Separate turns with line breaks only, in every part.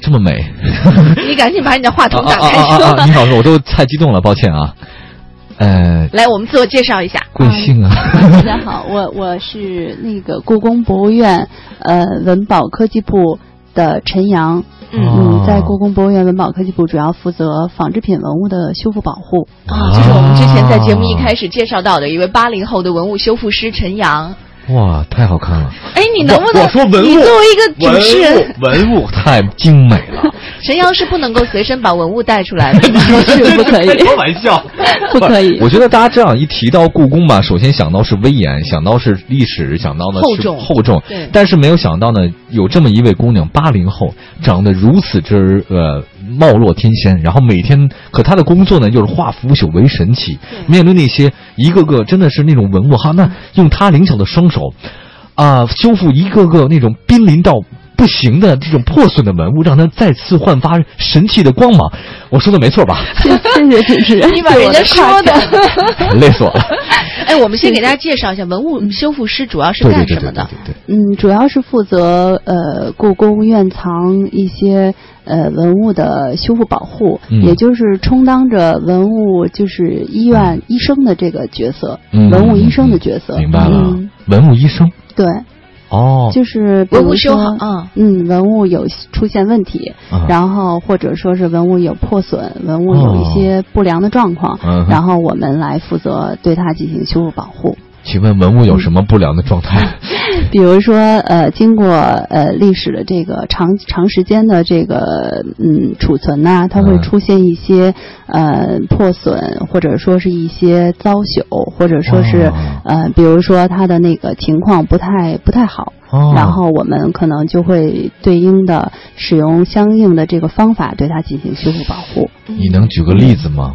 这么 美？
你赶紧把你的话筒
啊
打
啊
开
啊
说。
啊啊！你好，我都太激动了，抱歉啊。呃，
来，我们自我介绍一下。
贵姓啊？
嗯大家好，我我是那个故宫博物院呃文保科技部的陈阳，
嗯，
哦
嗯，在故宫博物院文保科技部主要负责纺织品文物的修复保护。
啊，就是我们之前在节目一开始介绍到的
哦
一位八零后的文物修复师陈阳。
哇，太好看了！
哎，你能不能？
我我说文物
你作为一个主持人，
文物太精美 了，
陈阳是不能够随身把文物带出 来的。
是不可以，
玩笑。
不可以。
我觉得大家这样一提到故宫吧，首先想到是威严，想到是历史，想到呢是
厚重
厚重
对。
但是没有想到呢，有这么一位姑娘，八零后，长得如此之呃貌若天仙，然后每天可她的工作呢又是化腐朽为神奇，面对那些一个个真的是那种文物哈，那用她灵巧的双手啊、修复一个个那种濒临到。不行的这种破损的文物，让它再次焕发神奇的光芒。我说的没错 吧？
谢谢谢主持 人，
你把人家说的，
累死我了。
哎，我们先给大家介绍一下，文物修复师主要是
对嗯对
干
对
什
对
么
对对
的？
对。
嗯，主要是负责呃故宫院藏一些呃文物的修复保护，
嗯
也就是充当着文物就是医院医生的这个角色，
嗯
文物医生的角色。
明白了
嗯，，
文物医生
对，
哦，
就是比
文物
如
修好
说，
嗯，
嗯，文物有出现问题，
啊
然后或者说是文物有破损，文物有一些不良的状况，
哦嗯哼
然后我们来负责对它进行修复保护。
请问文物有什么不良的状态？
比如说，呃，经过呃历史的这个长长时间的这个嗯储存呐、它会
嗯
出现一些呃破损，或者说是一些糟朽，或者说是、
哦
呃，比如说它的那个情况不太不太好，
哦
然后我们可能就会对应的使用相应的这个方法对它进行修复保护。
你能举个例子吗？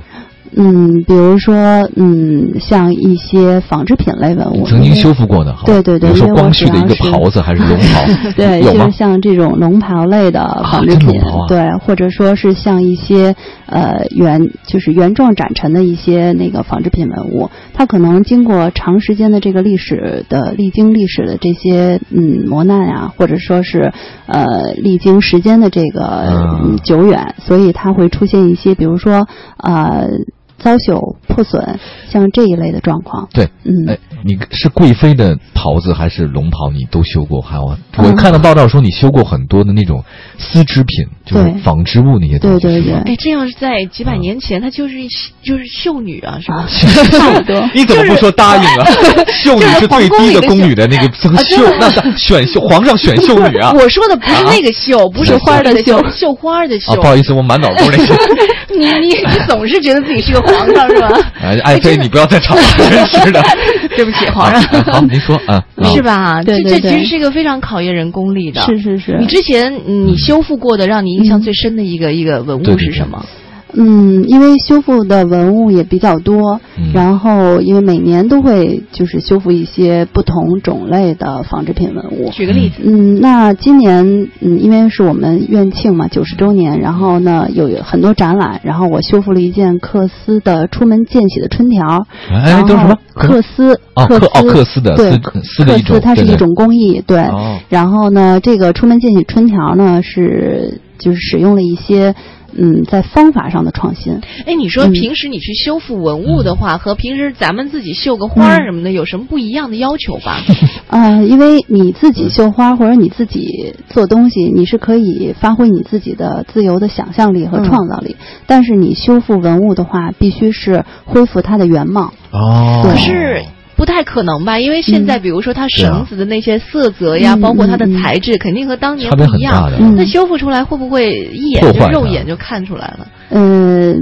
嗯，比如说嗯，像一些纺织品类文
你
物，
曾经修复过的，好吧
对对对
比如说
因为我
光绪的一个
主要是，
袍子还是龙袍
对，
有
就
吗
是？像这种龙袍类的纺织
真
品，
龙袍啊
对，或者说是像一些呃原就是原状展陈的一些那个纺织品文物，它可能经过长时间的这个历史的历经历史的这些嗯磨难啊，或者说是呃历经时间的这个、
嗯
嗯久远，所以它会出现一些比如说呃糟朽破损，像这一类的状况。
对，
嗯，
哎，你是贵妃的袍子还是龙袍？你都修过？还有，啊
嗯
我看到报道说你修过很多的那种丝织品，就是
对
纺织物那些东西，
对对
是吧
对
哎，这要是在几
啊
百年前，她就是一就是秀女啊，是吧？
差不多。
你怎么不说答应 啊？ 秀女是最低的宫女的那
啊
个秀，那是选秀皇上选秀 女啊！
我说的不是那个秀，不是花儿的秀，是绣花儿的
啊，
秀
不。好意思，我满脑子都是那 些。
你你你总是觉得自己是个皇上是吧？
哎，爱妃，你不要再吵了，真是的。
对不起，皇上。
啊 好，您说啊，啊
是？吧？
对
这这
对对
其实是一个非常考验人功力的。
是是是，
你之前嗯你修复过的，让你印象最深的一个、一个文
嗯对
物
对
是
对
什么？
嗯，因为修复的文物也比较多，
嗯
然后因为每年都会就是修复一些不同种类的纺织品文物。
举个例子，
嗯，那今年嗯，因为是我们院庆嘛，九十周年，然后呢有有很多展览，然后我修复了一件克斯的出门见喜的春条，
哎，
然
都是什
后
么？
克斯，
哦克
克斯
哦克斯的
对
丝丝的
克
一种
斯它是
对对
一种工艺，对，
哦，
然后呢，这个出门见喜春条呢是就是使用了一些嗯在方法上的创新。
哎，你说
嗯
平时你去修复文物的话，和平时咱们自己绣个花儿
嗯
什么的，有什么不一样的要求 吧？
呃，因为你自己绣花或者你自己做东西，你是可以发挥你自己的自由的想象力和
嗯
创造力，但是你修复文物的话，必须是恢复它的原貌。
哦，
对
可是。不太可能吧，因为现在
嗯
比如说它
对啊
绳子的那些色泽呀，
嗯
包括它的
嗯嗯
材质，肯定和当年
差
不
别很
一
大
样。
的。
嗯
那修复出来会不会一眼
破
就
坏
肉
它
眼就看出来了？
嗯、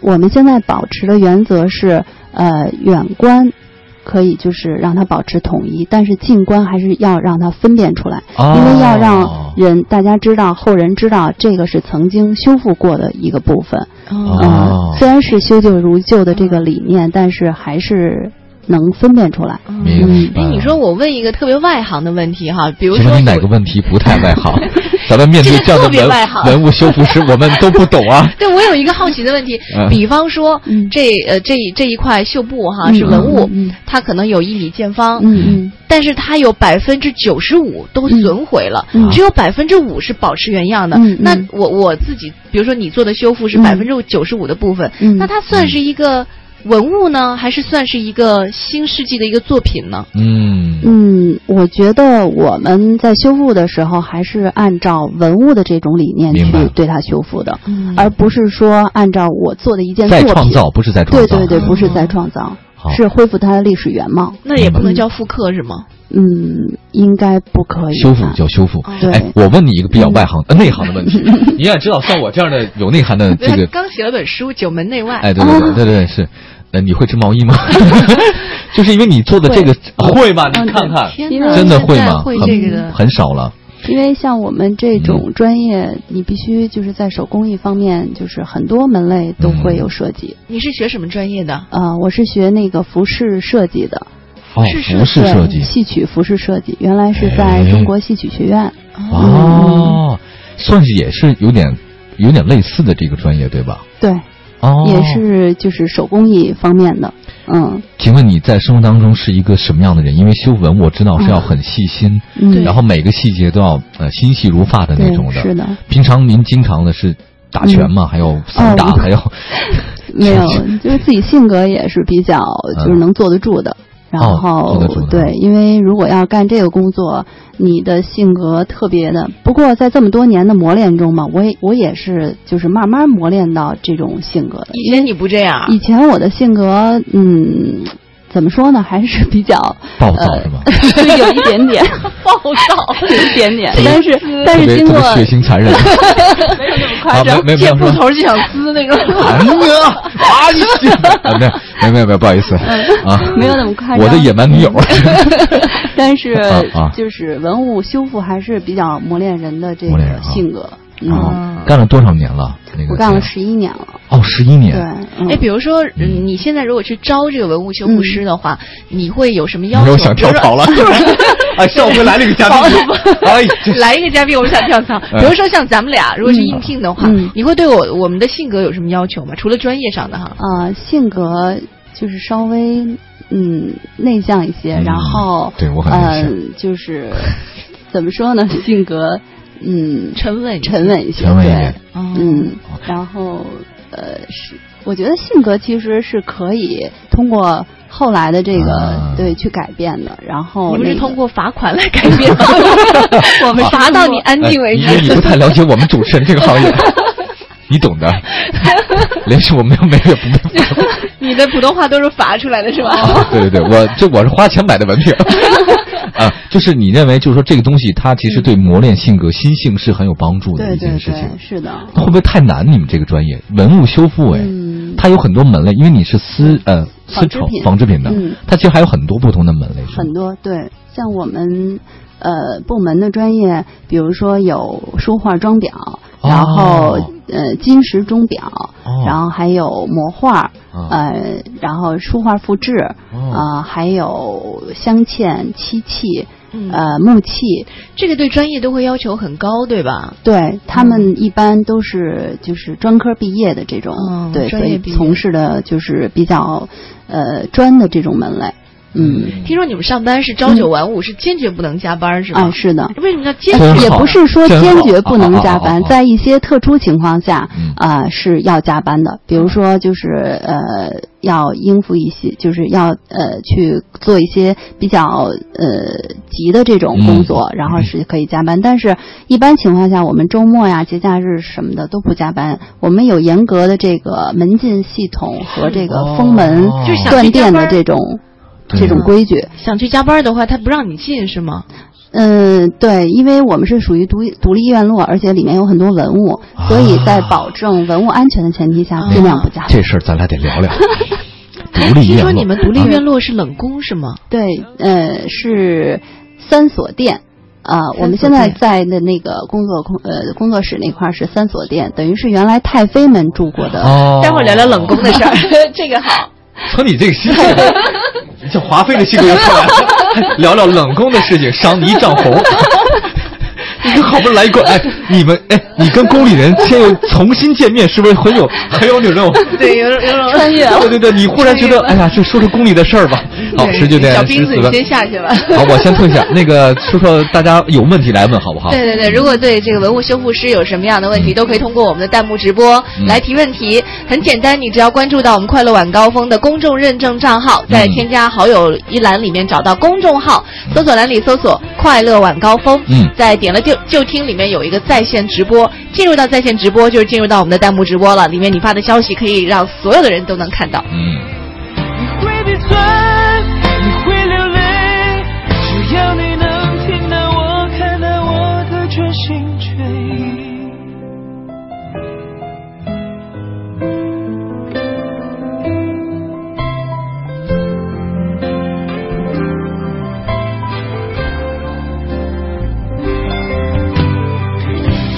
我们现在保持的原则是，呃，远观可以就是让它保持统一，但是近观还是要让它分辨出来。因为要让
哦
人大家知道，后人知道这个是曾经修复过的一个部分。
哦
哦
嗯，虽然是修旧如旧的这个理念，但是还是能分辨出来。
明白
嗯
哎，你说我问一个特别外行的问题哈，比如
其实
说
你哪个问题不太外 行？咱们面对这样的
这个特别外行
文文物修复师，我们都不懂 啊。
对，我有一个好奇的问题，
嗯
比方说、
嗯
这呃这一这一块绣布哈、
嗯
是文物，
嗯嗯
它可能有一米见方，
嗯
但是它有百分之九十五都损毁了，
嗯
只有百分之五是保持原样的。
嗯嗯
那我我自己，比如说你做的修复是
嗯
百分之九十五的部分，
嗯
那它算是一个文物呢，还是算是一个新世纪的一个作品呢？
嗯
嗯，我觉得我们在修复的时候，还是按照文物的这种理念
明白
去对它修复的，
嗯
而不是说按照我做的一件作
再
品，
创造不是再创
对
造，
对对，
嗯
不是再创造，
好
是恢复它的历史原貌。
那也不能叫复刻是吗？
嗯，应该不可以吧
修复叫修复。
哦
哎
对，
我问你一个比较外 行、呃内行的问题，你也知道，像我这样的有内涵的这
对
个
他刚写了本书《九门内外》
哎，对对对对对是，呃，你会织毛衣 吗？就是因为你做的这个会吗？你看看，
嗯天
因
哪，
为
真的
现在
吗？
会这个
很
的，
很少了，
因为像我们这
嗯
种专业，你必须就是在手工艺方面，就是很多门类都会有涉及。
你是学什么专业的？
嗯
呃，我是学那个服饰设计的，
哦，
是是
服饰
对
设计，
戏曲服饰设计，原来是
哎
在中国戏曲学院。
嗯
哦，算是也是有点有点类似的这个专业对吧？
对，
哦，
也。是就是手工艺方面的。嗯
请问你在生活当中是一个什么样的人？因为修文我知道是要很细心，
嗯，
对
然后每个细节都要呃心细如发的那种
对是的，
平常您经常的是打拳
嗯
吗？还有散打，
哦
还有
没有，就是自己性格也是比较就是能坐得住的。然后、
嗯哦坐得住的
对，因为如果要干这个工作，你的性格特别的。不过在这么多年的磨练中嘛，我也我也是就是慢慢磨练到这种性格的。
以前你不
啊
这样，啊
以前我的性格，嗯，怎么说呢，还是比较
暴
呃
躁是吗？
对有一 点点，
暴躁，
有一点点，但是 但
特
是
别
经
特
过
别血腥残 忍。
没有那么
夸张啊没没没有
借布头就想撕那种。
哎呀，啊你去！啊，没有没有没有，不好意思啊，
嗯没有那么夸张
我的野蛮女友，
但是
啊啊
就是文物修复还是比较磨练人的这
磨练人
个
啊
性格。 嗯，
啊干了多少年了？那个
我干了
这
十一年了。
个哦，十一
对，
年。
嗯
哎，比如说，嗯，你现在如果去招这个文物修复师的话，
嗯
你会有什么要
没
求？
有想跳槽了， 哎，上回来了一个嘉宾， 哎，这
来一个嘉宾，我们想跳槽。
嗯
比如说像咱们俩，如果是应聘的话，
嗯
你会对我我们的性格有什么要求吗？除了专业上的哈，
呃，性格就是稍微嗯内向一些，
嗯
然后
对我很内向
嗯、就是怎么 说呢，性格嗯
沉稳，
沉。稳一些，
沉稳一啊
对
点，
哦，
嗯，然后呃是，我觉得性格其实是可以通过后来的这个、
啊
对去改变的，然后
你们
那
是
个
通过罚款来改变 吗？我们 罚到你安静为
哎你
止。
你不太了解我们主持人这个行业， 你懂的。连是我没有没有没有。
你哦的普通话都是罚出来的是吧？
啊， 对对对，我这我是花钱买的 文凭。啊，就是你认为，就是说这个东西它其实对磨练性格、心性是很有帮助的
对
一件
对
事情
对，。是的，
会不会太难？你们这个专业文物修复，哎，
嗯
它有很多门类，因为你是丝呃丝
纺织
绸
品
纺织品的，
嗯
它其实还有很多不同的门类。是吗
很多对，像我们呃部门的专业，比如说有书画装裱，然后
哦
呃金石钟表，
哦
然后还有模画，
啊
呃，然后书画复制，
哦
啊、还有镶嵌、漆器，
嗯
呃木器，
这个对专业都会要求很高，对吧？
对他们一般都是就是专科毕业的这种，
嗯
对，
专
所
业
以
毕业
从事的就是比较呃专的这种门类，嗯，
听说你们上班是朝九晚五，是坚决不能加班，是
啊
吗？
是的。
为什么叫坚
真
决？
好
也不是说
真
坚
好
决不能加
啊
班
啊啊啊，啊
在一些特殊情况下
嗯，
呃，是要加班的。比如说，就是呃，要应付一些，就是要呃去做一些比较呃急的这
嗯
种工作，然后是可以加班。但是，一般情况下，我们周末呀、节假日什么的都不加班。我们有严格的这个门禁系统和这个封门
哦
就是想去
断
加
电
班
的
儿
这种
对啊
这种规矩。
想去加班的话，他不让你进是吗？
嗯，对，因为我们是属于独独立院落，而且里面有很多文物，所以在
啊
保证文物安全的前提下，
啊
尽量不加。
这事儿咱俩得 聊聊。
哎
独立
听
院
说
落，
你们独立
啊
院落是冷宫是吗？
对，呃，是三所殿。啊、
所
我们现在
殿
在的那个工作空呃工作室那块儿是三所殿，等于是原来太妃们住过的。
哦，
待会儿聊聊冷宫的事儿，这个好。
说你这个心态，这华妃的性格又出来了，聊聊冷宫的事情，赏你一丈 红。你这好不容易来一个，哎，你们，哎，你跟宫里人现在又重新见面，是不是很 有很有那种？
对，有有种
穿越了
对对对，你忽然觉得，哎呀，就说说宫里的事儿吧。好，
对
十九点
小
十
斌子，
四
你
分。
先下去吧。
好，我先退下。那个说说大家有问题来问好不好？
对对对，如果对这个文物修复师有什么样的问题，都可以通过我们的弹幕直播
嗯
来提问题。很简单，你只要关注到我们快乐晚高峰的公众认证账号，在
嗯
添加好友一栏里面找到公众号，搜索栏里搜索“快乐晚高峰”，
嗯
再点了就就听里面有一个在线直播，进入到在线直播就是进入到我们的弹幕直播了，里面你发的消息可以让所有的人都能看到。
嗯。
你会鼻酸，你会流泪，只要你能听到我，看到我的真心追。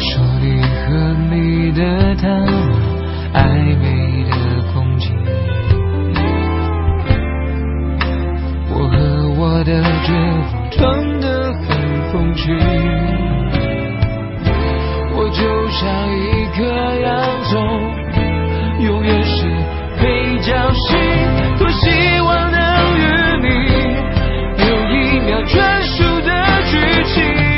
手里和你的他，暧昧的空气。我和我的绝望装得很风趣。我就像一颗洋葱，永远是被浇熄。多希望能与你有一秒专属的剧情。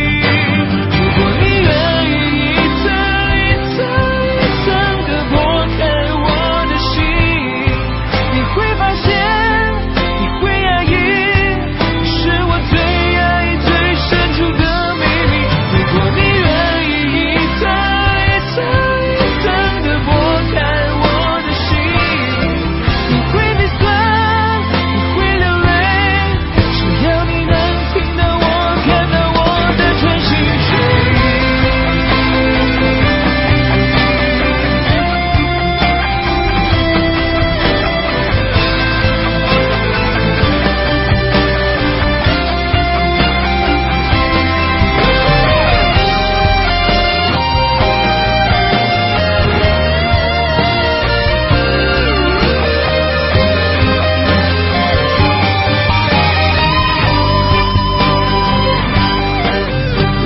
如果你愿意一层一层一层的剥开我的心，你会发现，你会压抑，是我最压抑、最深处的秘密。如果你愿意一层一层一层的剥开我的心，你会鼻酸，你会流泪，只要你能听到我，看到我的真心追。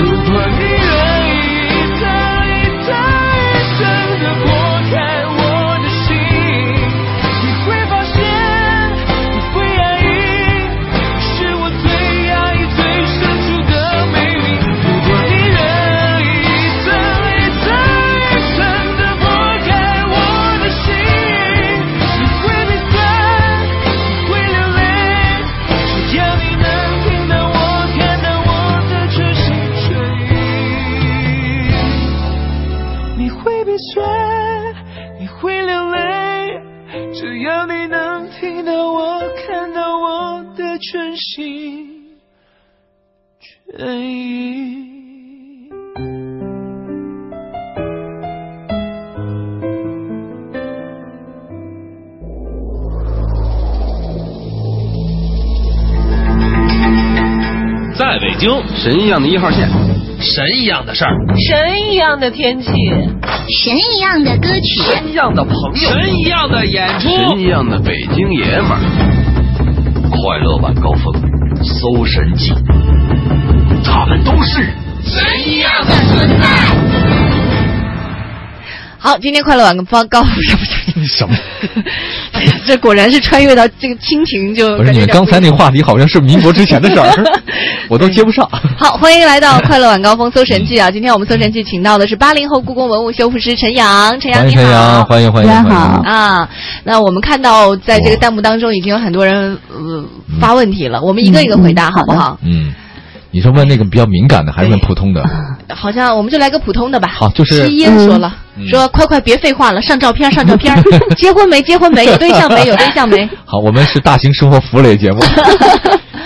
如果你愿意一层一层一层的剥开我的心，你会发现，你会压抑，是我最压抑、最深处的秘密。如果你愿意一层一层一层的剥开我的心，你会鼻酸，你会流泪。只要你能听到我，看到我的真心追，你会鼻酸，你会流泪。只要你能听到我，看到我的真心追。
在北京，神一样的一号线，神一样的事儿，
嗯
神一样的天气，
神一样的歌曲，
一样的朋友，神一样的演出
神一样的北京爷们儿。快乐晚高峰，搜神记，他们都是神一样的存在。
好，今天快乐晚高高什么
什么？
这果然是穿越到这个亲情就
不是你
感觉
们
有点
刚才
不一
那话题好像是民国之前的事 儿，我都接不上。
好，欢迎来到《快乐晚高峰》搜神记啊！今 天我们搜神记请到的是八零后故宫文物修复师陈阳，陈阳
欢迎
你
陈阳，
好。
欢迎欢迎
大家
欢迎
好
啊，那我们看到在这个弹幕当中已经有很多人呃发问题了，我们一个一个回答
嗯
好不好？
嗯，你是问那个比较敏感的，还是问普通的？
好像我们就来个普通的吧。
嗯好就是
七烟说了，
嗯
说快快别废话了，上照片上照 片，结婚没结婚没，有对象没有对象没。
好，我们是大型生活服务类 节目。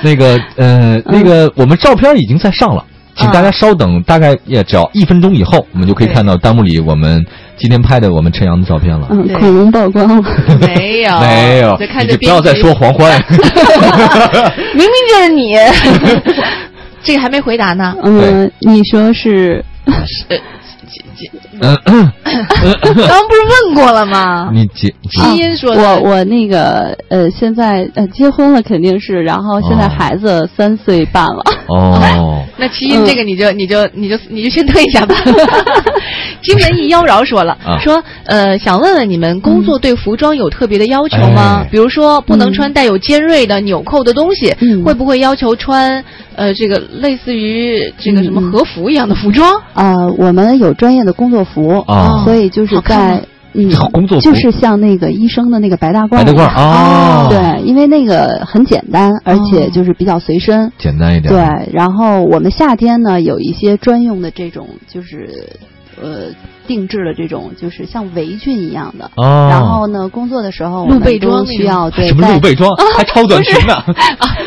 那个呃，那
嗯
个我们照片已经在上了，请大家稍等，大概也只要一分钟以后，我们就可以看到弹幕里我们今天拍的我们陈阳的照片了。
嗯
对，
恐龙曝光了。
没有，
没有
就，哦看
你
着
就不要再
编辑
说黄欢。
明明就是你， 这个还没回答呢。
嗯，你说是
呃
嗯嗯
刚刚不是问过了吗？
你结结
基因说
我
的，
我那个呃，现在呃结婚了肯定是，然后现在
哦
孩子三岁半了。
哦，
那基因这个你就你就你就你就先退一下 吧。金文艺妖娆说了
啊，
说呃想问问你们工作对服装有特别的要求吗
哎？
比如说不能穿带有尖锐的纽扣的东西，
嗯
会不会要求穿呃这个类似于这个什么
嗯嗯
和服一样的服装？
呃，我们有专业的工作服，
啊
所以就是
好看吗
在嗯，
工作服
就是像那个医生的那个白大褂儿
白
一
大
样，
褂哦，，
对，因为那个很简单，而且
哦
就是比较随身。
简单一点，
对，然后我们夏天呢有一些专用的这种，就是呃定制的这种，就是像围裙一样的。
哦，
然后呢，工作的时候我
露
们
背装
都
那
需
种
要对
啊什么露
在
背 装，还超短裙呢，
啊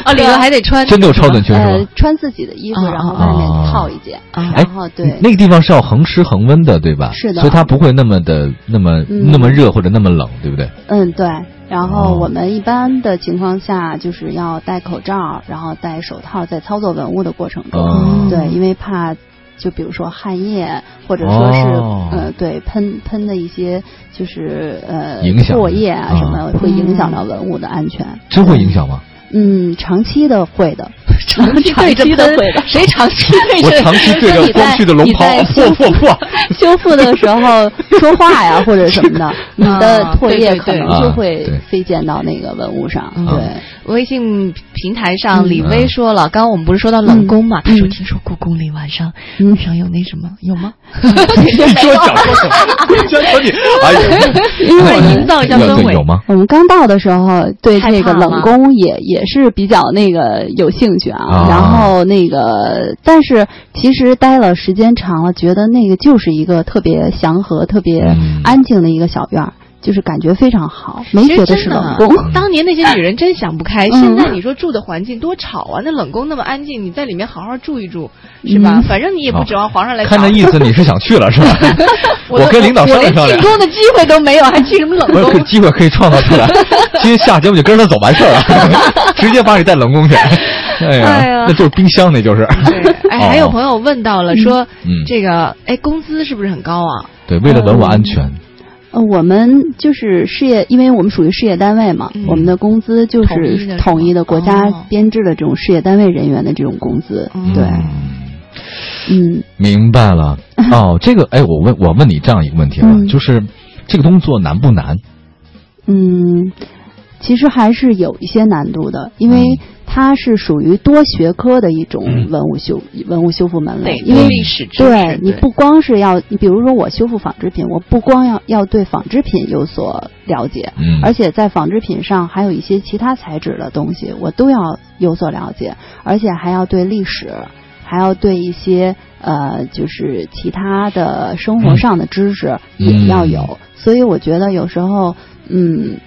啊，里头还得穿
真的有超短裙是
呃
吧？
穿自己的衣服，
啊
然后
啊
外面
啊
套一件，
啊
哎
然后对。
那个地方是要恒湿恒温的，对吧？
是的
所以它不会那么的那么
嗯
那么热或者那么冷，对不对？
嗯，对。然
哦
后我们一般的情况下就是要戴口罩，然后戴手套，在操作文物的过程中，
哦
嗯对，因为怕就比如说汗液，或者说是、
哦
呃，对喷喷的一些就是呃
影响
唾液啊
啊
什么，会影响到文物的安全。
真会影响吗？
嗯，长期的会的，
长期对着
长期的
喷
会的，
谁长期对着？
我长期对着光绪的龙袍啊
你在，
嚯嚯嚯！
修复的时候说话呀或者什么 的，你的
啊
唾
对
液
对
可
对
能
啊
就会
对啊
飞溅到那个文物上，
嗯
对。
微信平台上，
嗯
李薇说了，刚刚我们不是说到冷宫嘛？
嗯
她说听说故宫里晚上
嗯
晚上有那什么，有吗？
你说讲说什么？你讲说你，哎呀，
一会儿营造一下
有
氛
对
围
有。吗？
我们刚到的时候，对这
害怕
个
吗
冷宫也也是比较那个有兴趣啊。
啊
然后那个，但是其实待了时间长了，觉得那个就是一个特别祥和、特别
嗯
安静的一个小院儿，就是感觉非常好，没
其实
觉得
真
是
的
冷
啊
宫。
嗯
当年那些女人真想不开，
嗯
现在你说住的环境多吵啊，那冷宫那么安静，你在里面好好住一住，是吧
嗯？
反正你也不指望皇上来找
哦看那意思，你是想去了是吧？
我都
跟领导
我
商
连
量商量
进。宫的机会都没有，还去什么冷
我有
宫
个？机会可以创造出来，今天下节目就跟着他走完事儿了，直接把你带冷宫去。哎呀，
哎呀
那就是冰箱，那就是。
对，哎，还有朋
友
友问到了，说
嗯
这个哎工资是不是很高啊？
对，为了文物安全，
呃，我们就是事业，因为我们属于事业单位嘛，
嗯
我们的工资就
统一的是吗
是统一的国家
哦
编制的这种事业单位人员的这种工资。
嗯
对，
嗯
嗯
明白了。哦，这个哎，我问我问你这样一个问题吧，啊
嗯
就是这个工作难不难？
嗯，其实还是有一些难度的，因为
嗯
它是属于多学科的一种文物修、
嗯
文物修复门类，哎因
多
为
历史知识，
对你不光是要，你比如说我修复纺织品，我不光要要对纺织品有所了解，
嗯，
而且在纺织品上还有一些其他材质的东西，我都要有所了解，而且还要对历史，还要对一些呃，就是其他的生活上的知识
嗯
也要有。所以我觉得有时候，嗯，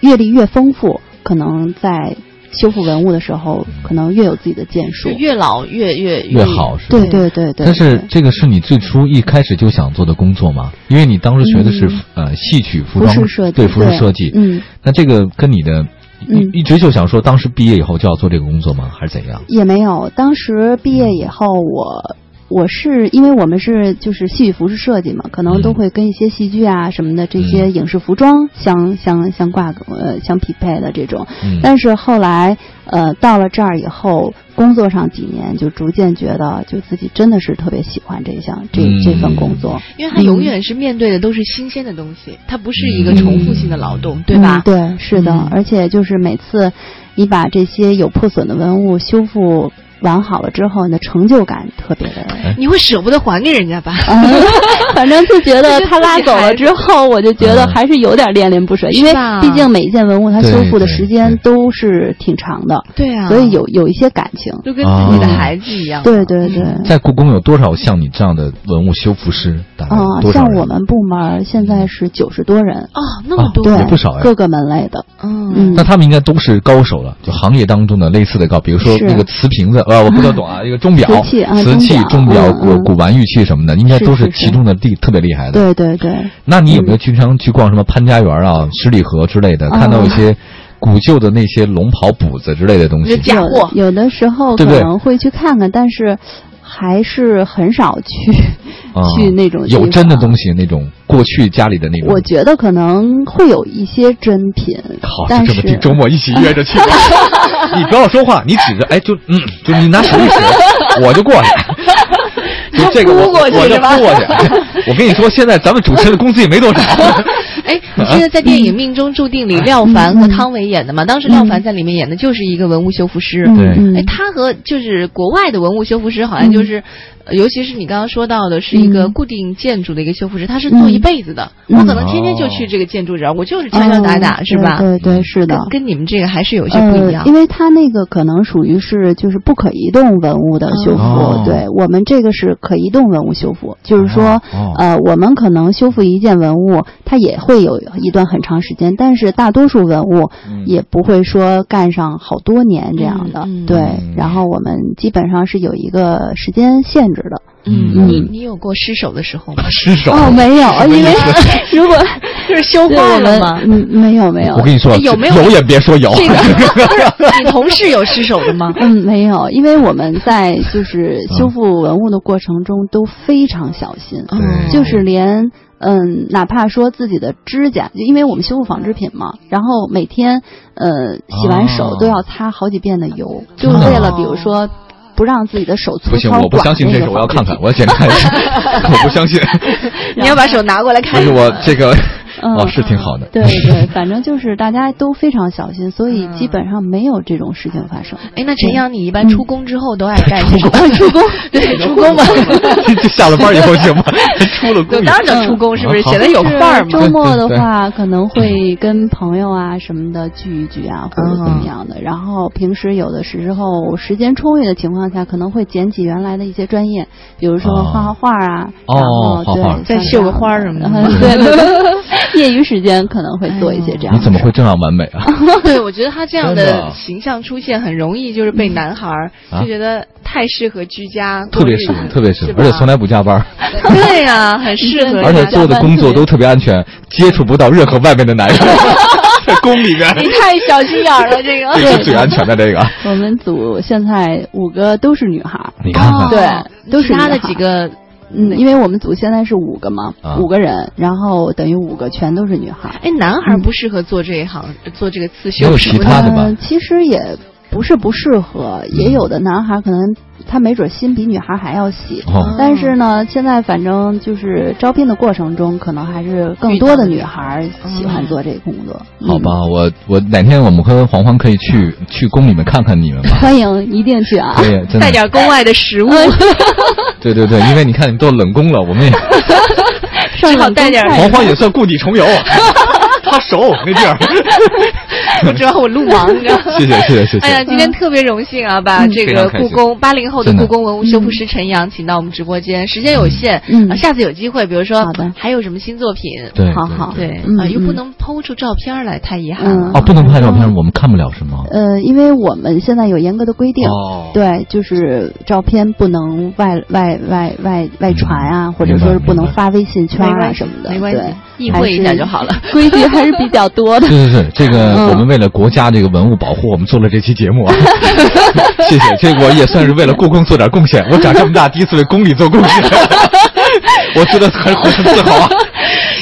阅历越丰富，可能在修复文物的时候，
嗯
可能越有自己的建树
就。越老越越
越好是吧？
对对对对。
但是
对
这个是你最初一开始就想做的工作吗？因为你当时学的是、呃戏曲服
嗯服
装
饰设计
对服饰设计，
嗯，
那这个跟你的
嗯
一一直就想说，当时毕业以后就要做这个工作吗？还是怎样？
也没有。当时毕业以后我。我是因为我们是就是戏剧服饰设计嘛，可能都
嗯
会跟一些戏剧啊什么的这些
嗯
影视服装相相相挂呃相匹配的这种。
嗯，
但是后来呃到了这儿以后，工作上几年就逐渐觉得就自己真的是特别喜欢这项这
嗯
这份工作，
因为他永远是面对的都是新鲜的东西，它不是一个
嗯
重复性的劳动，对
嗯
吧？
对，是的，
嗯
而且就是每次你把这些有破损的文物修复完好了之后，你的成就感特别的。
你会舍不得还给人家吧？
嗯， 反正就觉得他拉走了之后，我就觉得还是有点恋恋不舍，因为
是吧
毕竟每一件文物它修复的时
对
间
对
都是挺长的，
对啊，
所以有有一些感情。
就跟自己的孩子一样。
对对对，
在故宫有多少像你这样的文物修复师？大概
啊、
嗯多少
像
人？
我们部门儿现在是九十多人，
哦，那么多，
对
也，不少呀
各个门类的。
嗯
嗯
那他们应该都是高手了，就行业当中的类似的高，比如说
是
那个瓷瓶子，呃，我不太懂 啊，一个钟表、
瓷器啊
瓷器、钟
钟表
表、
嗯
古
嗯
古玩玉器什么的，应该都是
是是是
其中的地特别厉害的。
对对对，嗯
那你有没有经常去逛什么潘家园啊、十里河之类的，
哦
看到一些古旧的那些龙袍、补子之类的东
就
西。
假货。
有的时候
对
可
不对
能会去看看，但是还是很少去、
啊
去那种
有真的东
西。
西，那种过去家里的那种
我。觉得可能会有一些真品，
好，
但
就这么
是
定，周末一起约着 去吧。你不要说话，你指着，哎，就嗯，就你拿手 一指，我就过去。就这个我
扑过去
我就是
吧
扑过去。哎我跟你说，现在咱们主持人的工资也没多少。
哎，你记得在电影《命中注定》
嗯
里，廖凡和汤唯演的吗？当时廖凡在里面演的就是一个文物修复师。
嗯
对
嗯
哎，他和就是国外的文物修复师，好像就是，呃尤其是你刚刚说到的，是一个
嗯
固定建筑的一个修复师，他是做一辈子的。
嗯
我可能天天就去这个建筑这儿，我就是敲敲打打，
嗯
是吧？
对对对是的
跟。跟你们这个还是有一些不一样
呃。因为它那个可能属于是就是不可移动文物的修复，
嗯
哦
对我们这个是可移动文物修复，就是说、
哦哦
呃，我们可能修复一件文物，它也会有一段很长时间，但是大多数文物
嗯
也不会说干上好多年这样的，
嗯嗯
对、
嗯
然后我们基本上是有一个时间限制的。
嗯
你你有过失手的时候吗？
失手。
哦，没有，因为 如果
就是修
对
坏
我
了
们
吗？
嗯，没有没有
我，跟你说，
哎有没有
有也别说有。
这个不是 你同事有失手的吗？
嗯，没有，因为我们在就是修复文物的过程中都非常小心，
对
嗯
就是连嗯，哪怕说自己的指甲，因为我们修复纺织品嘛，然后每天呃洗完手
哦
都要擦好几遍的油，就为了比如说不让自己的手粗
不行，
糙
我不
刮
相信
那
这
个
个，我要
纺织
看看，
品
我要检查一 下。我不相信，
你要把手拿过来
不
看一
是
看。
我这个，
嗯
哦，是挺好的。
对对，反正就是大家都非常小心，所
嗯
以基本上没有这种事情发生。
哎，那陈阳，你一般出宫之后都爱干什么？出宫， 对，出宫嘛。
就下了班以后 行吗？出了宫
对
以后
当然叫出宫，是不是
嗯好
显得有范啊儿
是
嘛？
周末的
对对
话，可能会跟朋友啊什么的聚一聚啊，或者怎么样
嗯
的。然后平时有的时候时间充裕的情况下，可能会捡起原来的一些专业，比如说
哦
画画画啊，
哦
然后
画
对
画，
再
像
绣
这
个
样
花儿
的
什么的
嗯 对对对，业余时间可能会做一些这样
哎你
的。
怎么会这样完美啊？
哦 对，我觉得他这样
真的
的形象出现很容易，就是被男孩儿
啊
就觉得太适合居家过
特别
日
适
子
合，特别适
是
合，
吧
而且从来不加班儿，
对呀，很适合。
而且做的工作都特别安全，接触不到任何外面的 男人，在宫里面，
你太小心眼儿了，这 个。
这是最安全的这个。
我们组现在五个都是女孩儿，
你看
哦
看，
对嗯都是
其他的
女孩
几个
嗯，因为我们组现在是五个嘛，
啊
五个人，然后等于五个全都是女孩儿。
哎，男孩儿不适合做这一行，做这个刺
没
绣
有
什
其
么
他
的。
的吧
嗯，其实也不是不适合，也有的男孩可能他没准心比女孩还要细。
哦，
嗯
但是呢，现在反正就是招聘的过程中，可能还是更多的女孩喜欢做这个工作。嗯
好，吧，我我哪天我们和黄欢可以去去宫里面看看你们 吧。
欢迎一定去啊！
哎
可以，真
带
的，
点宫外的食物，
嗯
对对对，因为你看你都冷宫了，我们也
只好带点儿。
黄欢也算故地重游，啊 他熟那地儿。
我知道我路盲，你知道吗？
谢谢谢谢谢谢
哎呀，今天特别荣幸啊，把这
嗯非
个
常开
故
心
宫八零后的
真的
故宫文物修复师陈阳请到我们直播间，时间有限，
嗯
啊下次有机会，比如说
好的
还有什么新作品，
对，
好好
对
对
嗯
啊，又不
嗯
能剖出照片来，太遗憾了
嗯。
哦，不能拍照片，我们看不了是吗？
哎
呃，因为我们现在有严格的规定，
哦，
对，就是照片不能外外外外外传啊，或者说是不能发微信圈
没
啊
关系
什么，的，
没关系
对，
意会一下
还是
就好了。
规矩还是比较多的
对。对对，这个
嗯
我们为了国家这个文物保护，我们做了这期节 目啊，谢谢，这我也算是为了故宫做点贡献。我长这么大第一次为宫里做贡 献，我觉得很很自豪啊，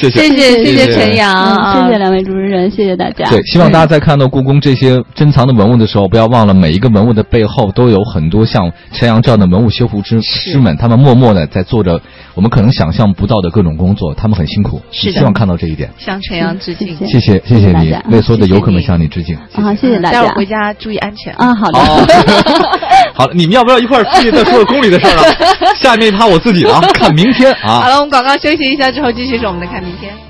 谢
谢谢
谢
谢陈阳
嗯，
啊，
谢谢两位主持人，谢谢大家。
对，希望大家在看到故宫这些珍藏的文物的时候，不要忘了每一个文物的背后都有很多像陈阳这样的文物修复师师们，他们默默的在做着我们可能想象不到的各种工作，他们很辛苦，
是的
希望看到这一点。
向陈阳致敬。
谢谢谢谢
嗯谢谢大
你
家，
为所有的游客
谢谢
们
你
向你致敬。谢谢
啊，谢谢大
待会
家
儿。回家注意安全。
啊，好的，
哦， 好了，你们要不要一块儿出去再说说宫里的事 儿啊？下面一趴我自己了啊，看明天啊。
好了，我们广告休息一下之后，继续是我们的看明天。